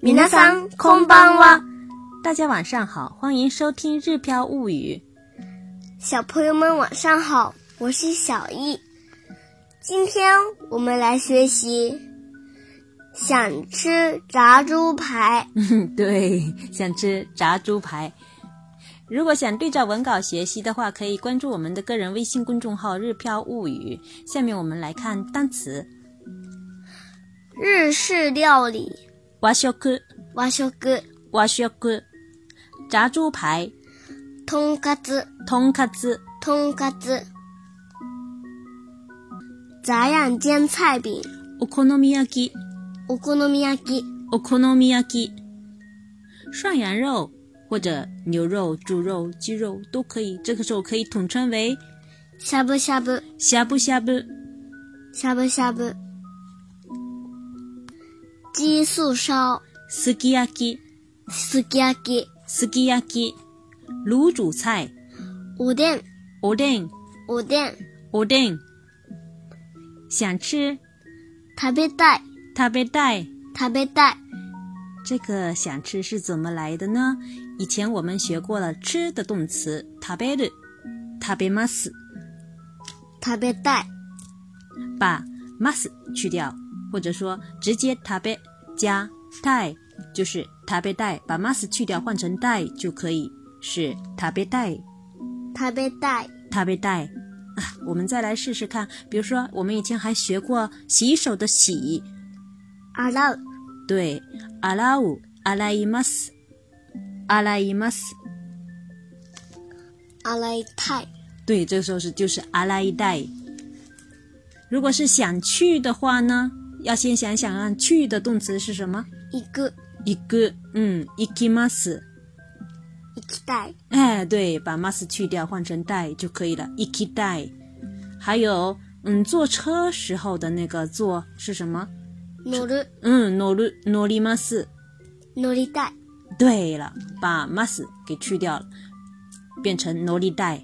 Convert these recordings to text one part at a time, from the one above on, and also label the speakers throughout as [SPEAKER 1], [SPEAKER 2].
[SPEAKER 1] 皆さんこんばんは。
[SPEAKER 2] 大家晚上好，欢迎收听《日飘物语》。
[SPEAKER 1] 小朋友们晚上好，我是小易。今天我们来学习，想吃炸猪排。
[SPEAKER 2] 对，想吃炸猪排。如果想对照文稿学习的话，可以关注我们的个人微信公众号“日飘物语”。下面我们来看单词：
[SPEAKER 1] 日式料理，
[SPEAKER 2] 和食、
[SPEAKER 1] 和食、
[SPEAKER 2] 和食、炸猪排、
[SPEAKER 1] とんかつ、
[SPEAKER 2] とんかつ、
[SPEAKER 1] とんかつ。杂样煎菜饼，
[SPEAKER 2] お好み焼き、
[SPEAKER 1] お好み焼き、
[SPEAKER 2] お好み焼き、涮羊肉或者牛肉、猪肉、鸡肉都可以，这个时候可以统称为
[SPEAKER 1] しゃぶしゃぶ、
[SPEAKER 2] しゃぶしゃぶ。
[SPEAKER 1] しゃぶしゃぶ。鸡素烧，
[SPEAKER 2] すき焼き、
[SPEAKER 1] すき焼き、
[SPEAKER 2] すき焼き、卤煮菜、
[SPEAKER 1] おでん、
[SPEAKER 2] おでん、
[SPEAKER 1] おでん。
[SPEAKER 2] おでん。想吃、
[SPEAKER 1] 食べたい、
[SPEAKER 2] 食べたい。
[SPEAKER 1] 食べたい。
[SPEAKER 2] 这个想吃是怎么来的呢？以前我们学过了吃的动词食べる、食べます，
[SPEAKER 1] 食べたい、
[SPEAKER 2] 把ます去掉，或者说直接食べ加带，就是食べ带，把ます去掉换成带就可以是食べ带。
[SPEAKER 1] 食べたい、
[SPEAKER 2] 食べたい啊，我们再来试试看。比如说，我们以前还学过洗手的洗，
[SPEAKER 1] 洗う、
[SPEAKER 2] 对，洗う、洗います、洗います。
[SPEAKER 1] 洗いたい、
[SPEAKER 2] 对，这时候是就是阿拉一带。如果是想去的话呢，要先想想啊，去的动词是什么？
[SPEAKER 1] 行く、
[SPEAKER 2] 一个，嗯，行きます。
[SPEAKER 1] 行きたい、
[SPEAKER 2] 哎，对，把 mas 去掉，换成带就可以了。行きたい。还有，嗯，坐车时候的那个坐是什么？
[SPEAKER 1] 乗る、
[SPEAKER 2] 嗯，乗る乗ります。
[SPEAKER 1] 乗りたい、
[SPEAKER 2] 对了，把 mas 给去掉了，变成乗り带。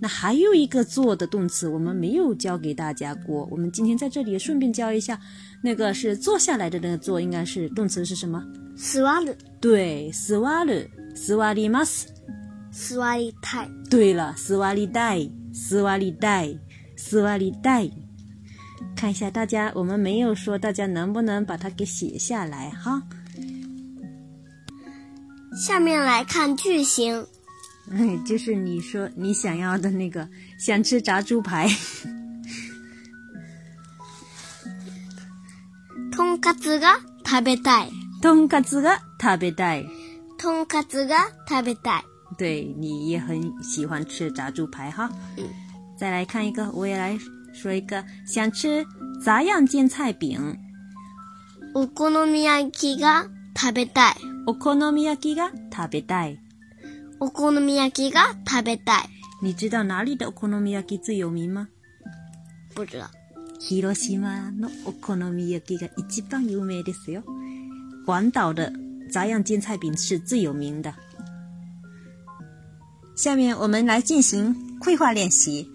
[SPEAKER 2] 那还有一个做的动词，我们没有教给大家过，我们今天在这里也顺便教一下。那个是坐下来的那个坐，应该是动词是什么？
[SPEAKER 1] 座る、
[SPEAKER 2] 对，座る、座ります。
[SPEAKER 1] 座りたい、
[SPEAKER 2] 对了，座りたい、座りたい、座りたい。看一下大家，我们没有说，大家能不能把它给写下来哈？
[SPEAKER 1] 下面来看句型。
[SPEAKER 2] 哎， 就是你说你想要的那个，想吃炸猪排。
[SPEAKER 1] とんかつが食べたい。
[SPEAKER 2] とんかつが食べたい。
[SPEAKER 1] とんかつが食べたい。
[SPEAKER 2] 对你也很喜欢吃炸猪排哈。再来看一个，我也来说一个，想吃杂样煎菜饼，
[SPEAKER 1] お好み焼きが食べたい。
[SPEAKER 2] お好み焼きが食べたい。
[SPEAKER 1] お好み焼きが食べたい。
[SPEAKER 2] 你知道哪里的お好み焼き最有名吗？
[SPEAKER 1] 不知道。
[SPEAKER 2] 広島のお好み焼きが一番有名ですよ。广岛的杂样煎菜饼是最有名的。下面我们来进行绘画练习。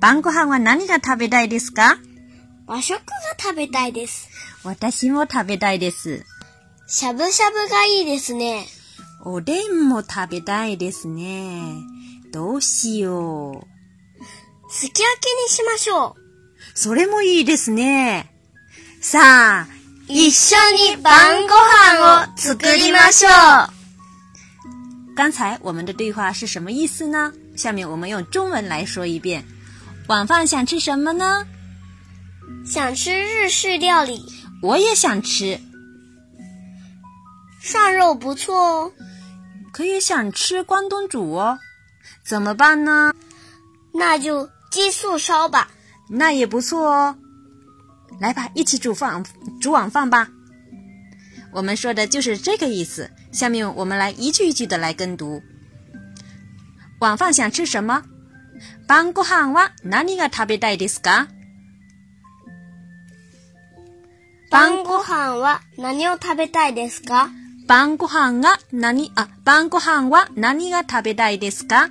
[SPEAKER 2] 晩ご飯は何が食べたいですか？
[SPEAKER 1] 和食が食べたいです。
[SPEAKER 2] 私も食べたいです。
[SPEAKER 1] しゃぶしゃぶがいいですね。
[SPEAKER 2] おでんも食べたいですね。どうしよう。
[SPEAKER 1] すき焼きにしましょう。
[SPEAKER 2] それもいいですね。さあ、
[SPEAKER 1] 一緒に晩ご
[SPEAKER 2] 哦
[SPEAKER 1] 飯を作りましょう。
[SPEAKER 2] 刚才我们的对话是什么意思呢？下面我们用中文来说一遍。晚饭想吃什么呢？
[SPEAKER 1] 想吃日式料理，
[SPEAKER 2] 我也想吃。
[SPEAKER 1] 涮肉不错哦。
[SPEAKER 2] 可也想吃关东煮哦。怎么办呢？
[SPEAKER 1] 那就鸡素烧吧。
[SPEAKER 2] 那也不错哦。来吧，一起煮饭，煮晚饭吧。我们说的就是这个意思。下面我们来一句一句的来跟读。晚饭想吃什么？晩ご飯は何が食べたいですか？
[SPEAKER 1] 晩ご飯は何を食べたいですか
[SPEAKER 2] 晩ご飯が何、あ、晩ご飯は何が食べたいですか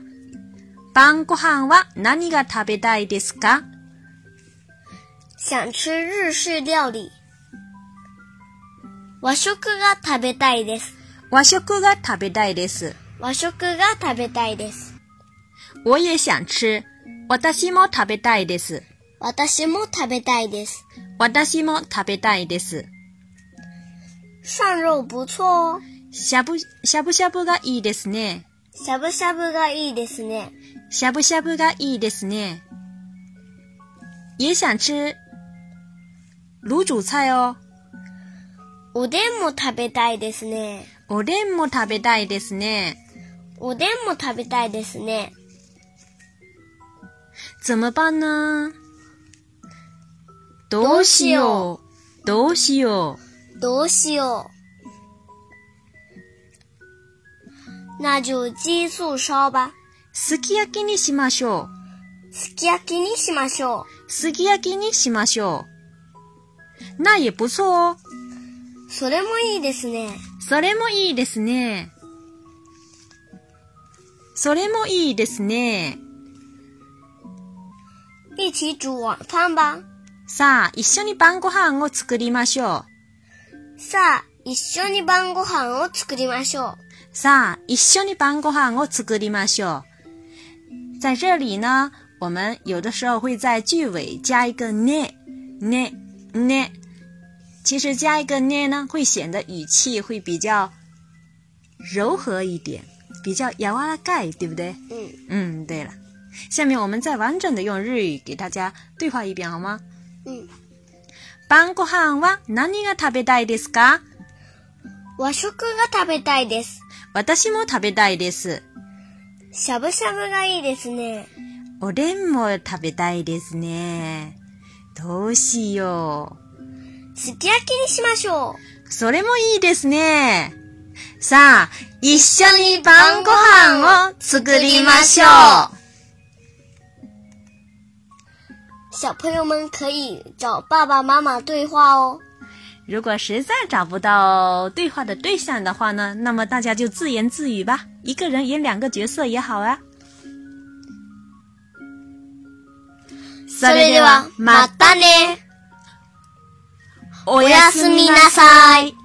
[SPEAKER 2] 晩ご飯は何が食べたいですか
[SPEAKER 1] 想吃日式料理。和食が食べたいです。
[SPEAKER 2] 和食が食べたいです。
[SPEAKER 1] 和食が食べたいです。
[SPEAKER 2] 我也想吃。私も食べたいです。
[SPEAKER 1] 私も食べたいです。
[SPEAKER 2] 私も食べたいです。
[SPEAKER 1] 涮肉不错哦。
[SPEAKER 2] しゃぶ、しゃぶしゃぶがいいですね。
[SPEAKER 1] しゃぶしゃぶがいいですね。
[SPEAKER 2] しゃぶしゃぶがいいですね。也想吃卤煮菜哦。
[SPEAKER 1] おでんも食べたいですね。
[SPEAKER 2] おでんも食べたいですね。
[SPEAKER 1] おでんも食べたいですね。
[SPEAKER 2] 怎么办呢？
[SPEAKER 1] ど
[SPEAKER 2] ど
[SPEAKER 1] う
[SPEAKER 2] う
[SPEAKER 1] し
[SPEAKER 2] し
[SPEAKER 1] よ
[SPEAKER 2] よう。どうしよ
[SPEAKER 1] どうしよう。那就鸡素烧吧。
[SPEAKER 2] う。すき焼きにしましょ
[SPEAKER 1] すき焼きにしましょ
[SPEAKER 2] う。すき焼きにしましょう。那也不错哦。
[SPEAKER 1] う。それもいいですね。
[SPEAKER 2] それもいいですね。それもいいですね。
[SPEAKER 1] 一起煮晚饭吧。
[SPEAKER 2] さあ、一緒に晩ご飯を作りましょ
[SPEAKER 1] さあ、一緒に晩ご飯を作りましょう。
[SPEAKER 2] う。さあ、一緒に晩ご飯を作りましょう。在这里呢，我们有的时候会在句尾加一个ね、ね、ね。其实加一个ね呢，会显得语气会比较柔和一点，比较柔らかい，对不对？
[SPEAKER 1] うん。
[SPEAKER 2] 嗯，对了，下面我们再完整的用日语给大家对话一遍好吗？
[SPEAKER 1] うん。
[SPEAKER 2] 晩ご飯は何が食べたいですか？
[SPEAKER 1] 和食が食べたいです。
[SPEAKER 2] 私も食べたいです。
[SPEAKER 1] しゃぶしゃぶがいいですね。
[SPEAKER 2] おでんも食べたいですね。どうしよ
[SPEAKER 1] すき焼きにしましょう。
[SPEAKER 2] う。それもいいですね。さあ、一緒に晩ご飯を作りましょう。
[SPEAKER 1] 小朋友们可以找爸爸妈妈对话哦。
[SPEAKER 2] 如果实在找不到对话的对象的话呢，那么大家就自言自语吧，一个人演两个角色也好啊。
[SPEAKER 1] それでは、またね。
[SPEAKER 2] お
[SPEAKER 1] や
[SPEAKER 2] や
[SPEAKER 1] す
[SPEAKER 2] す
[SPEAKER 1] み
[SPEAKER 2] み
[SPEAKER 1] な
[SPEAKER 2] な
[SPEAKER 1] さ
[SPEAKER 2] さ
[SPEAKER 1] い
[SPEAKER 2] い。